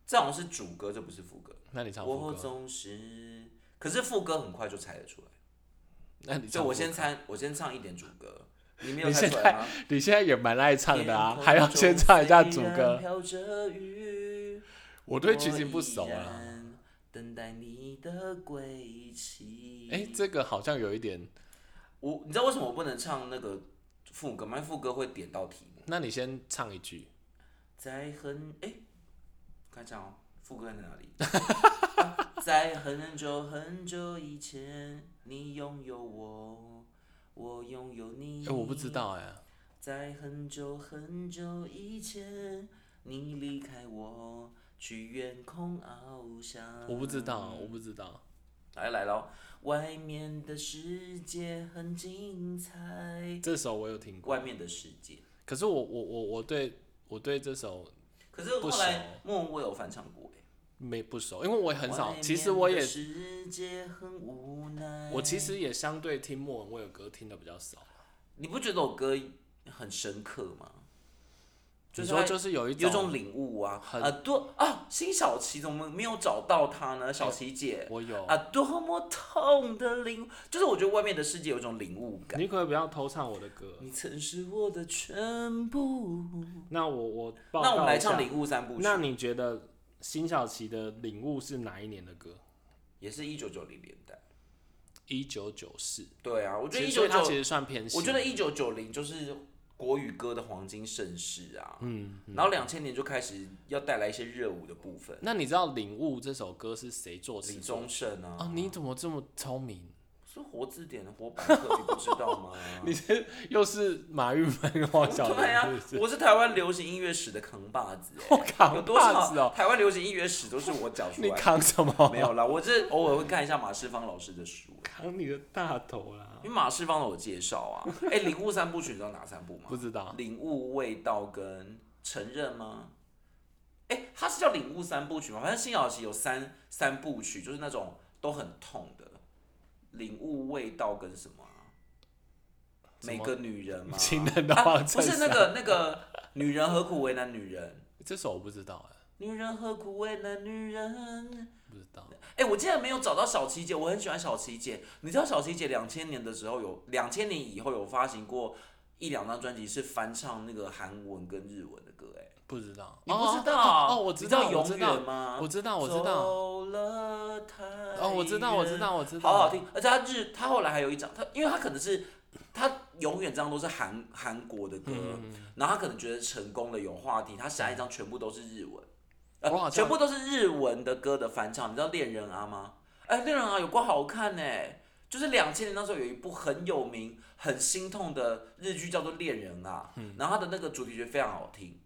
Speaker 2: 这好像是主歌，这不是副歌。
Speaker 1: 那你唱副
Speaker 2: 我
Speaker 1: 歌，
Speaker 2: 总是，可是副歌很快就猜得出来。
Speaker 1: 那你唱
Speaker 2: 所以
Speaker 1: 副歌。
Speaker 2: 我先猜，我先唱一点主歌，你没有
Speaker 1: 你
Speaker 2: 猜
Speaker 1: 现
Speaker 2: 出来吗？
Speaker 1: 你现在也蛮爱唱的啊
Speaker 2: 天，空
Speaker 1: 还要先唱一下主
Speaker 2: 中虽然
Speaker 1: 歌。
Speaker 2: 飘着雨，
Speaker 1: 我对齐秦不熟啊。。
Speaker 2: 等待你的归期。
Speaker 1: 哎、这个好像有一点。
Speaker 2: 我你知道为什么我不能唱那个副歌吗？因为副歌会点到题目。
Speaker 1: 那你先唱一句。
Speaker 2: 在很哎，看一下哦，副歌在哪里？ 啊在很久很久以前，你拥有我，我拥有你。
Speaker 1: 哎、我不知道哎、
Speaker 2: 在很久很久以前，你离开我，去远空翱翔。
Speaker 1: 我不知道，我不知道。
Speaker 2: 来来喽，外面的世界很精彩。
Speaker 1: 这首我有听过，
Speaker 2: 外面的世界，
Speaker 1: 可是我我我我对我对这首
Speaker 2: 可是后
Speaker 1: 不
Speaker 2: 来
Speaker 1: 熟
Speaker 2: 莫文蔚有翻唱过哎。
Speaker 1: 没不熟，因为我也很
Speaker 2: 外
Speaker 1: 少。
Speaker 2: 面
Speaker 1: 其实我
Speaker 2: 的
Speaker 1: 也
Speaker 2: 世界很无奈。
Speaker 1: 我其实也相对听莫文蔚的歌听的比较少。啊
Speaker 2: 你不觉得我歌很深刻吗？就
Speaker 1: 你
Speaker 2: 是
Speaker 1: 说
Speaker 2: 会
Speaker 1: 就是有一
Speaker 2: 有种领悟啊，
Speaker 1: 很
Speaker 2: 啊多啊，辛晓琪怎么没有找到她呢？小琪姐，
Speaker 1: 我有，
Speaker 2: 啊，多么痛的领，就是我觉得外面的世界有一种领悟感。
Speaker 1: 你可不可以不要偷唱我的歌？
Speaker 2: 你曾是我的全部。
Speaker 1: 那我我报
Speaker 2: 那我们
Speaker 1: 告
Speaker 2: 来
Speaker 1: 一
Speaker 2: 唱《
Speaker 1: 下。
Speaker 2: 领悟》三部曲。
Speaker 1: 那你觉得辛晓琪的《领悟》是哪一年的歌？
Speaker 2: 也是一九九零年代。
Speaker 1: 一九九四，
Speaker 2: 对啊，我觉得
Speaker 1: 其
Speaker 2: 一
Speaker 1: 实所
Speaker 2: 九
Speaker 1: 以它其
Speaker 2: 九，
Speaker 1: 实算偏新。
Speaker 2: 我觉得一九九零就是国语歌的黄金盛世啊。嗯，然后两千年就开始要带来一些热舞的部分，
Speaker 1: 那你知道《领悟》这首歌是谁作词
Speaker 2: 李
Speaker 1: 作曲？
Speaker 2: 宗盛啊，
Speaker 1: 啊，你怎么这么聪明？
Speaker 2: 是活字典的活版课，你不知道吗？
Speaker 1: 你是又是马玉梅跟黄晓
Speaker 2: 对啊
Speaker 1: 明？是不是，
Speaker 2: 我是台湾流行音乐史的扛把子、欸
Speaker 1: 我扛
Speaker 2: 有多少
Speaker 1: 把子哦
Speaker 2: 台湾流行音乐史都是我讲出
Speaker 1: 你
Speaker 2: 来的。
Speaker 1: 扛什么？
Speaker 2: 没有啦，我这偶尔会看一下马世芳老师的书， 啊
Speaker 1: 扛你的大头啦！
Speaker 2: 因为马世芳有介绍啊。哎、领悟三部曲你知道哪三部吗？
Speaker 1: 不知道
Speaker 2: 领悟、味道跟承认吗？哎、它是叫领悟三部曲吗？反正辛晓琪有三三部曲，就是那种都很痛的。领悟、味道跟什么、啊？
Speaker 1: 什么
Speaker 2: 每个女人吗？
Speaker 1: 情人的
Speaker 2: 啊
Speaker 1: 话，
Speaker 2: 不是那个那个女人何苦为难女人？
Speaker 1: 这首我不知道哎、
Speaker 2: 女人何苦为难女人？
Speaker 1: 不知道。
Speaker 2: 哎、我竟然没有找到小琪姐，我很喜欢小琪姐。你知道小琪姐两千年的时候有，两千年以后有发行过一两张专辑是翻唱那个韩文跟日文的歌、哎，
Speaker 1: 不知道，
Speaker 2: 你不知道？
Speaker 1: 哦哦，我
Speaker 2: 你
Speaker 1: 知
Speaker 2: 知
Speaker 1: 道，我
Speaker 2: 永
Speaker 1: 知道
Speaker 2: 远，啊吗？
Speaker 1: 我知道，我知道，
Speaker 2: 走了太
Speaker 1: 哦，我知道，我知道，我知
Speaker 2: 远，
Speaker 1: 道，
Speaker 2: 好好听。而且他日，他后来还有一张，他因为他可能是他永远这张都是韩韩国的
Speaker 1: 嗯
Speaker 2: 歌，然后他可能觉得成功了有话题，他下一张全部都是日文，
Speaker 1: 我好像
Speaker 2: 呃，全部都是日文的歌的翻唱。你知道《恋人啊》吗？哎，《恋人啊》有过好看呢、就是两千年那时候有一部很有名、很心痛的日剧叫做《恋人啊》，
Speaker 1: 嗯
Speaker 2: 然后它的那个主题曲非常好听，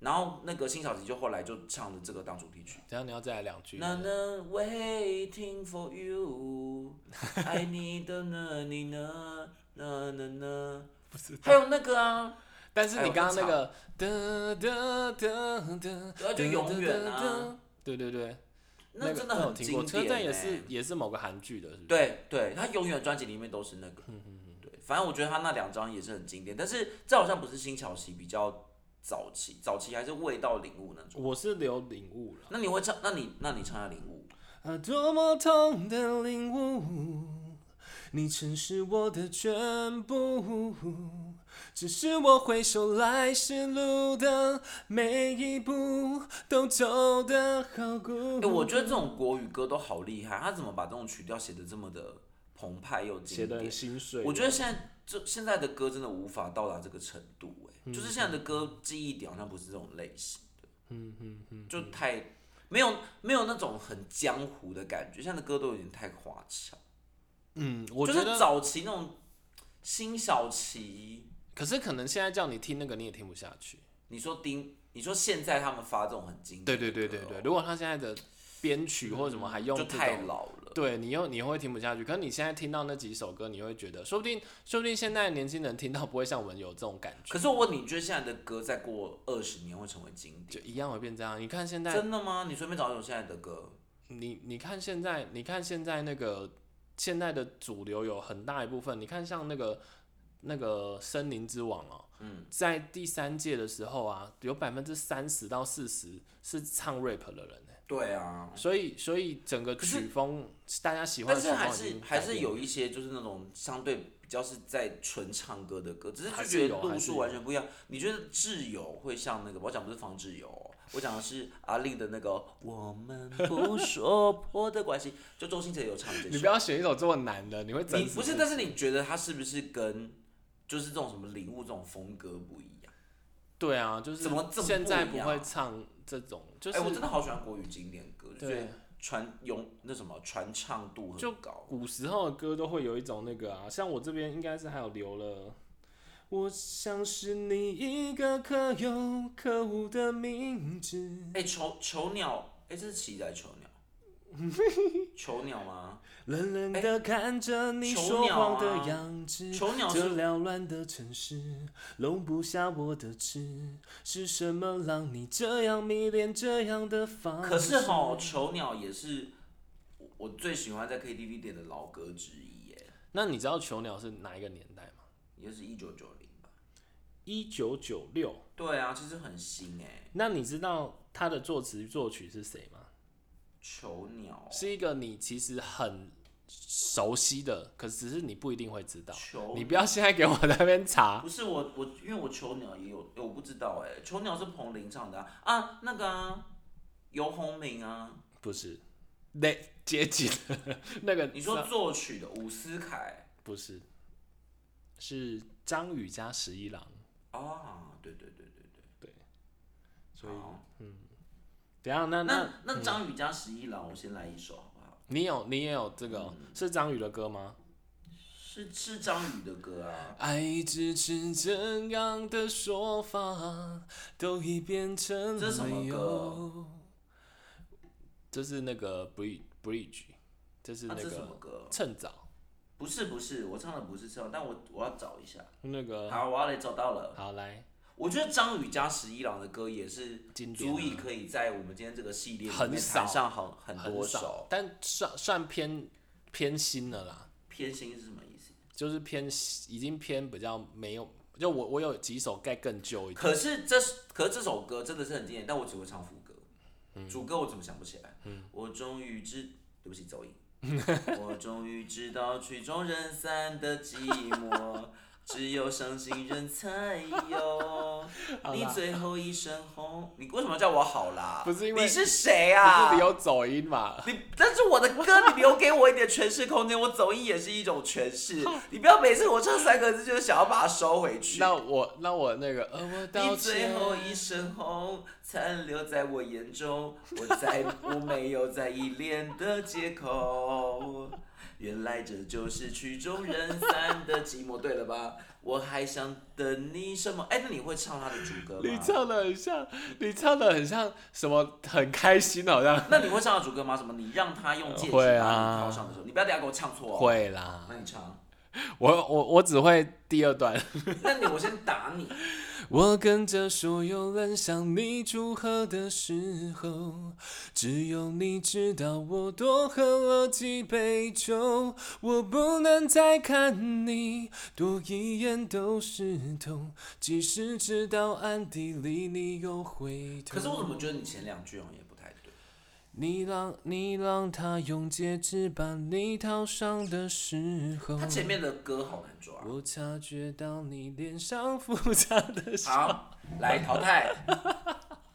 Speaker 2: 然后那个辛晓琪就后来就唱了这个当主题曲。
Speaker 1: 等一下你要再来两句。
Speaker 2: 那那 waiting for you，爱你的呢你呢呢呢呢，
Speaker 1: 不知道
Speaker 2: 还有那个啊，
Speaker 1: 但是你刚刚那
Speaker 2: 还有
Speaker 1: 个噔噔噔噔，
Speaker 2: 对啊就永远啊
Speaker 1: 噔。噔噔对对对，
Speaker 2: 那真的
Speaker 1: 个我
Speaker 2: 很
Speaker 1: 听过。
Speaker 2: 经
Speaker 1: 车站
Speaker 2: 典、
Speaker 1: 也
Speaker 2: 欸
Speaker 1: 是。也是某个韩剧的，是不是？，
Speaker 2: 对对，他永远专辑里面都是那个。
Speaker 1: 嗯
Speaker 2: 对，反正我觉得他那两张也是很经典，但是这好像不是辛晓琪比较早期，早期还是味道领悟那种。
Speaker 1: 我是留领悟了。
Speaker 2: 那你会唱？那你那你唱下领悟？
Speaker 1: 啊，多么痛的领悟，你曾是我的全部，只是我回首来时路的每一步都走得好孤
Speaker 2: 哎、我觉得这种国语歌都好厉害，他怎么把这种曲调写的这么的澎湃又经
Speaker 1: 写的
Speaker 2: 典
Speaker 1: 很？心碎。
Speaker 2: 我觉得现在这现在的歌真的无法到达这个程度、哎、就是现在
Speaker 1: 嗯
Speaker 2: 的歌记忆点好像不是这种类型的，嗯嗯嗯，就太没有没有那种很江湖的感觉，现在的歌都有点太花俏，
Speaker 1: 嗯，我
Speaker 2: 就
Speaker 1: 觉
Speaker 2: 是
Speaker 1: 得，
Speaker 2: 早期那种辛晓琪，
Speaker 1: 可是可能现在叫你听那个，你也听不下去。
Speaker 2: 你说丁，你说现在他们发这种很经
Speaker 1: 对
Speaker 2: 典
Speaker 1: 对
Speaker 2: 的歌哦，
Speaker 1: 对对对，如果他现在的编曲或者什么还用
Speaker 2: 就
Speaker 1: 这
Speaker 2: 太
Speaker 1: 种
Speaker 2: 老了，
Speaker 1: 对你又你会听不下去，可是你现在听到那几首歌，你会觉得，说不定说不定现在的年轻人听到不会像我们有这种感觉，
Speaker 2: 可是我问你，你觉得现在的歌再过二十年会成为经
Speaker 1: 就
Speaker 2: 典？
Speaker 1: 一样会变这样。你看现在，
Speaker 2: 真的吗？你随便找一首现在的歌，
Speaker 1: 你你看现在，你看现在那个现在的主流有很大一部分，你看像那个那个森林之王哦，
Speaker 2: 嗯，
Speaker 1: 在第三届的时候啊，有百分之三十到四十是唱 rap 的人欸
Speaker 2: 对啊，
Speaker 1: 所以所以整个
Speaker 2: 可是
Speaker 1: 曲风大家喜欢的
Speaker 2: 但
Speaker 1: 曲
Speaker 2: 是
Speaker 1: 风
Speaker 2: 还
Speaker 1: 已
Speaker 2: 是
Speaker 1: 经改
Speaker 2: 还是
Speaker 1: 变
Speaker 2: 有
Speaker 1: 了
Speaker 2: 一些就是那种相对比较是在纯唱歌的歌，只是
Speaker 1: 还
Speaker 2: 就是觉
Speaker 1: 有
Speaker 2: 得路
Speaker 1: 还是
Speaker 2: 数
Speaker 1: 有
Speaker 2: 完全不一样。你觉得挚友会像那个？我讲不是方挚友哦，我讲的是阿令的那个《我们不说破的关系》，就周星驰有唱这
Speaker 1: 你不
Speaker 2: 首。
Speaker 1: 要选一首这么难的，你会整
Speaker 2: 你
Speaker 1: 死
Speaker 2: 不
Speaker 1: 自
Speaker 2: 是，
Speaker 1: 己
Speaker 2: 但是你觉得他是不是跟就是这种什么领悟这种风格不一样？
Speaker 1: 对啊，就是
Speaker 2: 怎么这么
Speaker 1: 现在
Speaker 2: 不一
Speaker 1: 不
Speaker 2: 样
Speaker 1: 会唱这种，就
Speaker 2: 哎、
Speaker 1: 是、
Speaker 2: 我真的好喜欢国语经典歌，就觉
Speaker 1: 对
Speaker 2: 得传永那什么传唱度
Speaker 1: 就
Speaker 2: 很高。
Speaker 1: 古时候的歌都会有一种那个啊，像我这边应该是还有留了。我想是你一个可有可无的名字。
Speaker 2: 哎、囚囚鸟，哎、这是奇仔囚 鸟，囚鸟吗？
Speaker 1: 冷冷的看着你说谎的样子，
Speaker 2: 哎囚鸟啊囚鸟
Speaker 1: 这
Speaker 2: 是
Speaker 1: 缭乱的城市容不下我的痴。是什么让你这样迷恋这样的方式？
Speaker 2: 可是吼，囚鸟也是我我最喜欢在 KTV 点的老歌之一耶，
Speaker 1: 那你知道囚鸟是哪一个年代吗？
Speaker 2: 也是一九九零吧。
Speaker 1: 一九九六。
Speaker 2: 对啊，其实很新哎，
Speaker 1: 那你知道他的作词作曲是谁吗？
Speaker 2: 囚鸟，
Speaker 1: 是一个你其实很熟悉的，可只是你不一定会知道。
Speaker 2: 囚
Speaker 1: 啊你不要现在给我在那边查，
Speaker 2: 不是我我，因为我囚鸟也有，我不知道哎，囚鸟是彭林唱的啊，啊那个啊，游鸿明啊，
Speaker 1: 不是，那阶级的那个，
Speaker 2: 你说作曲的伍思凯
Speaker 1: 不是，是张宇加十一郎，
Speaker 2: 啊，对对对对对，
Speaker 1: 所以嗯
Speaker 2: 好
Speaker 1: 等一下那嗯那
Speaker 2: 那那张宇加十一郎，我先来一首好不好？
Speaker 1: 你有你也有这个哦、是张宇的歌吗？
Speaker 2: 是是张宇的歌啊，
Speaker 1: 爱只是这样的说法，都已变成
Speaker 2: 这是什么
Speaker 1: 没有
Speaker 2: 歌。
Speaker 1: 这是那个 bridge bridge，这是那
Speaker 2: 啊这是什么
Speaker 1: 个
Speaker 2: 歌？
Speaker 1: 趁早
Speaker 2: 不是不是，我唱的不是这样，但我我要找一下。
Speaker 1: 那个
Speaker 2: 好，我要来找到了。
Speaker 1: 好来
Speaker 2: 我觉得张宇加十一郎的歌也是
Speaker 1: 经典啊
Speaker 2: 足以可以在我们今天这个系列里
Speaker 1: 很
Speaker 2: 面
Speaker 1: 少
Speaker 2: 弹上很很多
Speaker 1: 很
Speaker 2: 首
Speaker 1: 少，。但算算偏偏心了啦，
Speaker 2: 偏心是什么意思？
Speaker 1: 就是偏已经偏比较没有，就我我有几首该更旧一点，
Speaker 2: 可是这可是这首歌真的是很经典，但我只会唱副歌，
Speaker 1: 嗯
Speaker 2: 主歌我怎么想不起来？我终于知，对不起走音， 我终于知道曲终人散的寂寞，只有伤心人才 有。你最后一身红，你为什么叫我好啦？
Speaker 1: 不是因为
Speaker 2: 你是谁啊？
Speaker 1: 可是你有走音嘛？
Speaker 2: 你但是我的歌，你留给我一点诠释空间，我走音也是一种 诠释。你不要每次我唱三个字，就是想要把它收回去。
Speaker 1: 那我那我那个呃我道
Speaker 2: 你最
Speaker 1: 歉，
Speaker 2: 后一身红，残留在我眼中，我再我没有再依恋的借口。原来这就是曲终人散的寂寞，对了吧？我还想等你什么？哎，那你会唱他的主歌
Speaker 1: 你
Speaker 2: 吗？
Speaker 1: 唱的很像，你唱的很像什么很开心，好像
Speaker 2: 那你会唱他的主歌吗？什么？你让他用戒指把
Speaker 1: 会
Speaker 2: 你
Speaker 1: 啊
Speaker 2: 套上的时候，你不要等一下给我唱错哦。。
Speaker 1: 会啦
Speaker 2: 那。你唱，
Speaker 1: 我我我只会第二段。
Speaker 2: 那你我先打你。
Speaker 1: 我跟着所有人向你祝贺的时候，只有你知道我多喝了几杯酒。我不能再看你多一眼都是痛，即使知道暗地里你又回头。
Speaker 2: 可是我怎么觉得你前两句好像也不太对？
Speaker 1: 你让你让他用戒指把你套上的时候
Speaker 2: 他，前面的歌好难抓。
Speaker 1: 我察觉到你脸上复杂的伤。
Speaker 2: 好，来淘汰，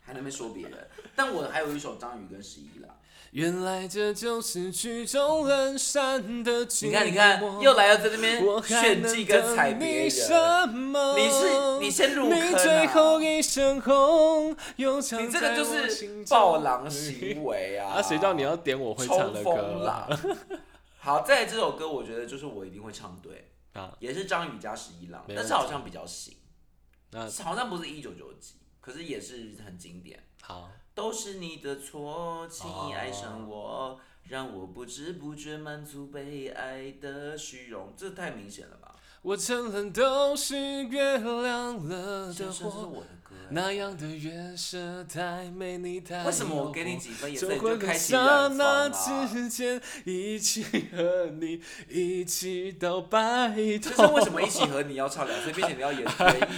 Speaker 2: 还能没说别人？但我还有一首张宇跟十一啦。
Speaker 1: 原来这就是曲终人散的寂寞。
Speaker 2: 你看，你看，又来了，在这边
Speaker 1: 我还
Speaker 2: 炫
Speaker 1: 能
Speaker 2: 技跟踩
Speaker 1: 等
Speaker 2: 别
Speaker 1: 你
Speaker 2: 人。
Speaker 1: 什么？
Speaker 2: 你是你先入坑啊
Speaker 1: 你最后一身红，又藏
Speaker 2: 你这个
Speaker 1: 在
Speaker 2: 就
Speaker 1: 我
Speaker 2: 是
Speaker 1: 心中
Speaker 2: 暴狼行为啊！
Speaker 1: 啊！谁叫你要点我会唱的
Speaker 2: 抽风
Speaker 1: 歌？
Speaker 2: 啦？好，再来这首歌，我觉得就是我一定会唱对
Speaker 1: 啊，
Speaker 2: 也是张宇加十一郎，
Speaker 1: 没问题
Speaker 2: 但是好像比较新，
Speaker 1: 那
Speaker 2: 好像不是一九九几，可是也是很经典。
Speaker 1: 好，
Speaker 2: 都是你的错，轻易爱上
Speaker 1: 哦
Speaker 2: 我，让我不知不觉满足被爱的虚荣，这太明显了吧？
Speaker 1: 我承认都是月亮惹
Speaker 2: 先
Speaker 1: 的
Speaker 2: 生，这是
Speaker 1: 祸。
Speaker 2: 我的 歌欸。
Speaker 1: 那样的月色太美，你太
Speaker 2: 为什么我给
Speaker 1: 诱惑
Speaker 2: 你几分颜色
Speaker 1: 走
Speaker 2: 你
Speaker 1: 过
Speaker 2: 就
Speaker 1: 的
Speaker 2: 开始
Speaker 1: 刹
Speaker 2: 染
Speaker 1: 那
Speaker 2: 坊啊？
Speaker 1: 之间，一起和你一起到白
Speaker 2: 先
Speaker 1: 头。
Speaker 2: 生，为什么一起和你要唱两岁，并且你要演演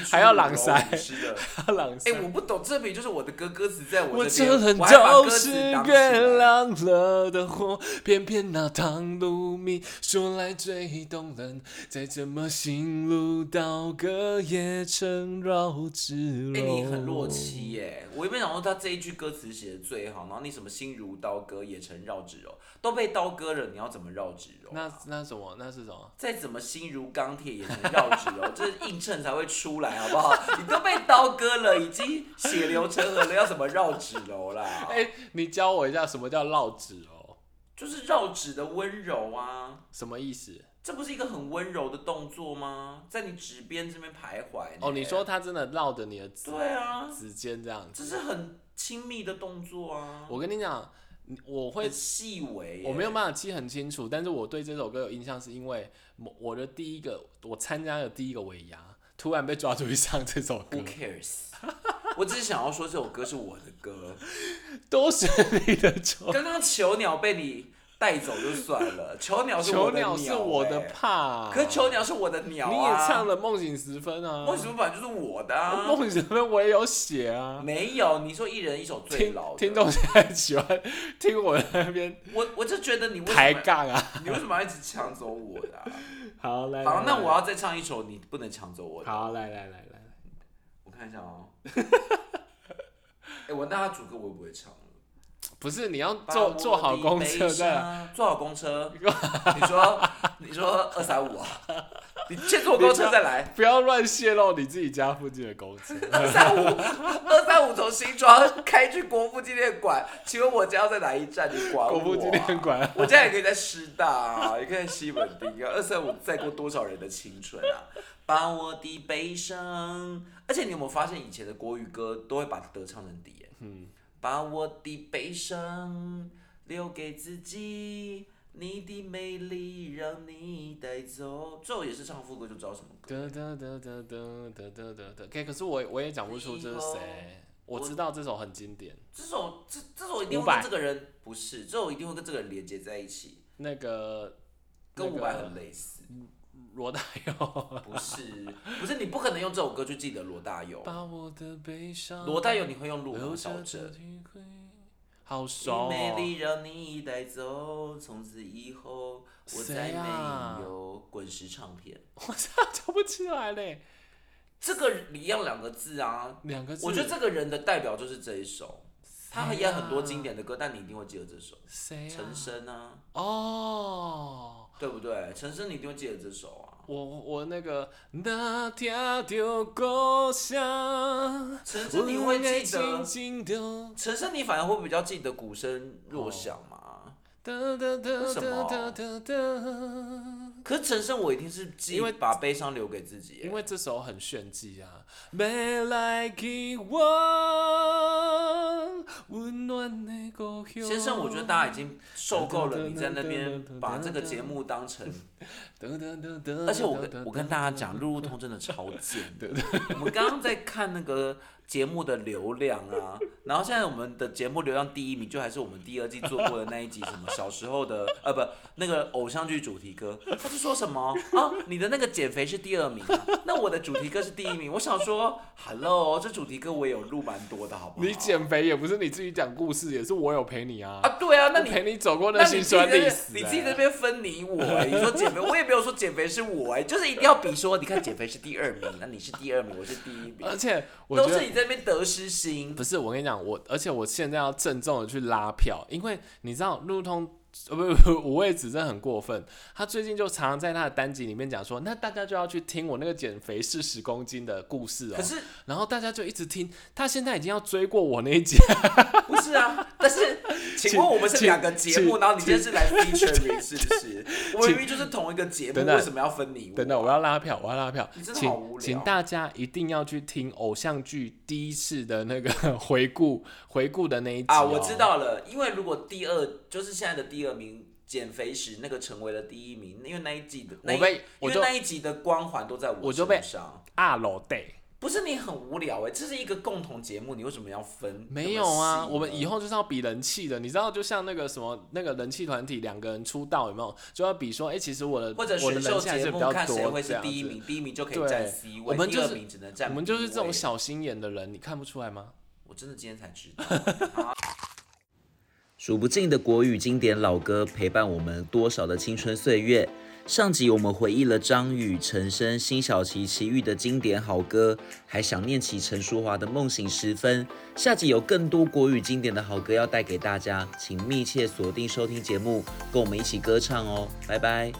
Speaker 1: 还要朗诵
Speaker 2: 是的，
Speaker 1: 么朗
Speaker 2: 哎、
Speaker 1: 诵？
Speaker 2: 我不懂，这明明就是我的歌，歌词在
Speaker 1: 我
Speaker 2: 这边，
Speaker 1: 承认
Speaker 2: 我还把
Speaker 1: 都
Speaker 2: 歌
Speaker 1: 是
Speaker 2: 词挡起来
Speaker 1: 月。亮惹的祸，偏偏那糖露蜜说来最动人，再怎么心如刀割也成绕指
Speaker 2: 哎、你很
Speaker 1: 柔
Speaker 2: 弱。妻耶！我也没想到他这一句歌词写的最好，然后你什么心如刀割也成绕指柔，都被刀割了，你要怎么绕指柔、
Speaker 1: 那那什么？那是什么？
Speaker 2: 再怎么心如钢铁也能绕指柔，哦 这是映衬才会出来，好不好？你都被刀割了，已经血流成河了，要怎么绕指柔啦？
Speaker 1: 哎、你教我一下什么叫绕指哦？
Speaker 2: 就是绕指的温柔啊，
Speaker 1: 什么意思？
Speaker 2: 这不是一个很温柔的动作吗？在你指边这边徘徊呢。
Speaker 1: 哦，你说他真的绕着你的指
Speaker 2: 对啊，
Speaker 1: 指尖这样
Speaker 2: 这
Speaker 1: 子？
Speaker 2: 是很亲密的动作啊，
Speaker 1: 我跟你讲，你我会
Speaker 2: 很细微耶。
Speaker 1: 我没有办法记很清楚，但是我对这首歌有印象，是因为我我的第一个我参加的第一个尾牙，突然被抓住去唱这首歌
Speaker 2: Who，cares？我只是想要说这首歌是我的 歌。
Speaker 1: 都是你的 错。
Speaker 2: 刚刚囚鸟被你带走就算了，囚鸟是我
Speaker 1: 囚
Speaker 2: 的鸟、
Speaker 1: 鸟是我的
Speaker 2: 欸
Speaker 1: 怕，
Speaker 2: 可是囚鸟是我的鸟、啊、
Speaker 1: 哦你也唱了梦醒时分啊，
Speaker 2: 梦什么版就是我的、啊？
Speaker 1: 梦醒时分我也有写啊。
Speaker 2: 没有，你说一人一首最
Speaker 1: 听
Speaker 2: 老的
Speaker 1: 听众现在喜欢听我在那边
Speaker 2: 我我就觉得你为
Speaker 1: 抬
Speaker 2: 什么
Speaker 1: 杠啊。
Speaker 2: 你为什么要一直抢走我 的、啊？
Speaker 1: 好来，
Speaker 2: 好，
Speaker 1: 来
Speaker 2: 那
Speaker 1: 来
Speaker 2: 我要再唱一首你不能抢走我的。
Speaker 1: 好来来来来，
Speaker 2: 我看一下哦。哎、我那他主歌我也不会唱了，
Speaker 1: 不是你要坐坐好公车的，
Speaker 2: 的，坐好公 车。你说你说二三五啊？你先坐公车再来。
Speaker 1: 不要乱泄露你自己家附近的公车。
Speaker 2: 二三五， 二三五从新庄开去国父纪念馆，请问我家要在哪一站？你管我、啊？
Speaker 1: 国父纪念馆
Speaker 2: 我家也可以在师大、啊，也可以在西门町啊。二三五载过多少人的青春啊！把我的悲伤，而且你有没有发现以前的国语歌都会把德唱成底耶？
Speaker 1: 嗯，
Speaker 2: 把我的悲伤留给自己，你的美丽让你带走。最后也是唱副歌就知道什么歌。
Speaker 1: 得得得得得得得得得。OK，可是我我也讲不出这是谁，
Speaker 2: 我
Speaker 1: 我知道这首很经典，
Speaker 2: 这首这这首一定会
Speaker 1: 伍佰
Speaker 2: 跟这个人不是，这首一定会跟这个人连接在一起，
Speaker 1: 那个
Speaker 2: 跟
Speaker 1: 那
Speaker 2: 伍
Speaker 1: 个啊
Speaker 2: 佰很类似。
Speaker 1: 罗大佑。
Speaker 2: 不是不是，你不可能用这首歌去记得罗大 佑。
Speaker 1: 把我的悲伤
Speaker 2: 罗大佑你会用路
Speaker 1: 留
Speaker 2: 旁
Speaker 1: 着
Speaker 2: 小
Speaker 1: 的
Speaker 2: 镇。
Speaker 1: 体会，好
Speaker 2: 你
Speaker 1: 熟、哦。
Speaker 2: 美丽让你带走，从此以后我再
Speaker 1: 谁啊
Speaker 2: 没有滚石唱片。
Speaker 1: 我操，讲不起来嘞，
Speaker 2: 这个一样两个字啊，
Speaker 1: 两个字。
Speaker 2: 我觉得这个人的代表就是这一首，他
Speaker 1: 谁
Speaker 2: 也很多
Speaker 1: 啊
Speaker 2: 经典的歌，但你一定会记得这首。
Speaker 1: 谁、啊？
Speaker 2: 陈升啊，
Speaker 1: 哦，
Speaker 2: 对不对？陈升你一定会记得这首啊。
Speaker 1: 我我那个那听着故乡，
Speaker 2: 陈升你会记
Speaker 1: 我
Speaker 2: 得
Speaker 1: 的，静静的
Speaker 2: 陈升你反而会比较记得鼓声若响嘛。
Speaker 1: 哒哒哒
Speaker 2: 为什么
Speaker 1: 哒哒哒哒。
Speaker 2: 可是陈升我一定是记
Speaker 1: 因为
Speaker 2: 把悲伤留给自己耶，
Speaker 1: 因为这首很炫技啊，未来希望温暖的故乡。
Speaker 2: 先生，我觉得大家已经受够了，你在那边把这个节目当成，
Speaker 1: 噔噔噔噔，
Speaker 2: 而且我跟我跟大家讲，
Speaker 1: 噔，
Speaker 2: 路路通真的超贱 的。我们刚刚在看那个节目的流量啊，然后现在我们的节目流量第一名就还是我们第二季做过的那一集什么小时候的呃不那个偶像剧主题歌，他就说什么啊你的那个减肥是第二名、啊，那我的主题歌是第一名。我想说，Hello，这主题歌我也有录蛮多的，好不好？
Speaker 1: 你减肥也不是你自己讲故事，也是我有陪你啊
Speaker 2: 啊，对啊，那
Speaker 1: 我
Speaker 2: 你
Speaker 1: 陪你走过
Speaker 2: 那
Speaker 1: 那
Speaker 2: 你自
Speaker 1: 辛
Speaker 2: 己
Speaker 1: 酸
Speaker 2: 在那
Speaker 1: 历
Speaker 2: 边
Speaker 1: 史、
Speaker 2: 你自己在
Speaker 1: 欸
Speaker 2: 那边分你我、欸，你说减肥，我也没有说减肥是我、欸，就是一定要比说，你看减肥是第二名，那你是第二名，我是第一名，
Speaker 1: 而且呃我
Speaker 2: 都
Speaker 1: 觉
Speaker 2: 是
Speaker 1: 得
Speaker 2: 你在那边得失心
Speaker 1: 不。是，我跟你讲，我而且我现在要郑重的去拉票，因为你知道路通。呃不 不不，五味子真的很过分。他最近就常常在他的单集里面讲说，那大家就要去听我那个减肥四十公斤的故事哦、
Speaker 2: 可是
Speaker 1: 然后大家就一直听，他现在已经要追过我那一集，
Speaker 2: 不是啊？但是，请问我们是两个节目，
Speaker 1: 请
Speaker 2: 然后你今天是来 featuring 是不是？我们
Speaker 1: 请
Speaker 2: 明明就是同一个节目，
Speaker 1: 等等
Speaker 2: 为什么要分你我
Speaker 1: 等？等，我要拉票，我要拉票，
Speaker 2: 你真的好无
Speaker 1: 请
Speaker 2: 聊
Speaker 1: 请大家一定要去听偶像剧第一次的那个 回顾回顾的那一集、哦
Speaker 2: 啊，我知。道了，因为如果第二就是现在的第二名减肥时那个成为了第一名，因为那一季的那一
Speaker 1: 我被
Speaker 2: 因
Speaker 1: 我
Speaker 2: 为
Speaker 1: 就
Speaker 2: 那一集的光环都在我
Speaker 1: 我就被
Speaker 2: 身上。
Speaker 1: 二楼 day
Speaker 2: 不是你很无聊哎、这是一个共同节目，你为什么要分？
Speaker 1: 没有啊，我们以
Speaker 2: 后
Speaker 1: 后就是要比人气的，你知道，就像那个什么那个人气团体两个人出道有没有，就要比说，哎、其实我的
Speaker 2: 或者
Speaker 1: 我的
Speaker 2: 选秀
Speaker 1: 人气还
Speaker 2: 节
Speaker 1: 是比
Speaker 2: 目
Speaker 1: 较
Speaker 2: 看
Speaker 1: 多
Speaker 2: 谁会
Speaker 1: 这
Speaker 2: 是
Speaker 1: 样
Speaker 2: 第一
Speaker 1: 子。
Speaker 2: 名，第一名就可以
Speaker 1: 对
Speaker 2: 占 C 位，
Speaker 1: 我们就
Speaker 2: 第
Speaker 1: 是
Speaker 2: 二名只能占
Speaker 1: 我们就是这种
Speaker 2: B 位。
Speaker 1: 小心眼的人，你看不出来吗？
Speaker 2: 我真的今天才知道。 数不尽的国语经典老歌陪伴我们多少的青春岁月。上集我们回忆了张宇、陈升、辛晓琪、齐豫的经典好歌，还想念起陈淑桦的《梦醒时分》。下集有更多国语经典的好歌要带给大家，请密切锁定收听节目，跟我们一起歌唱哦，拜拜。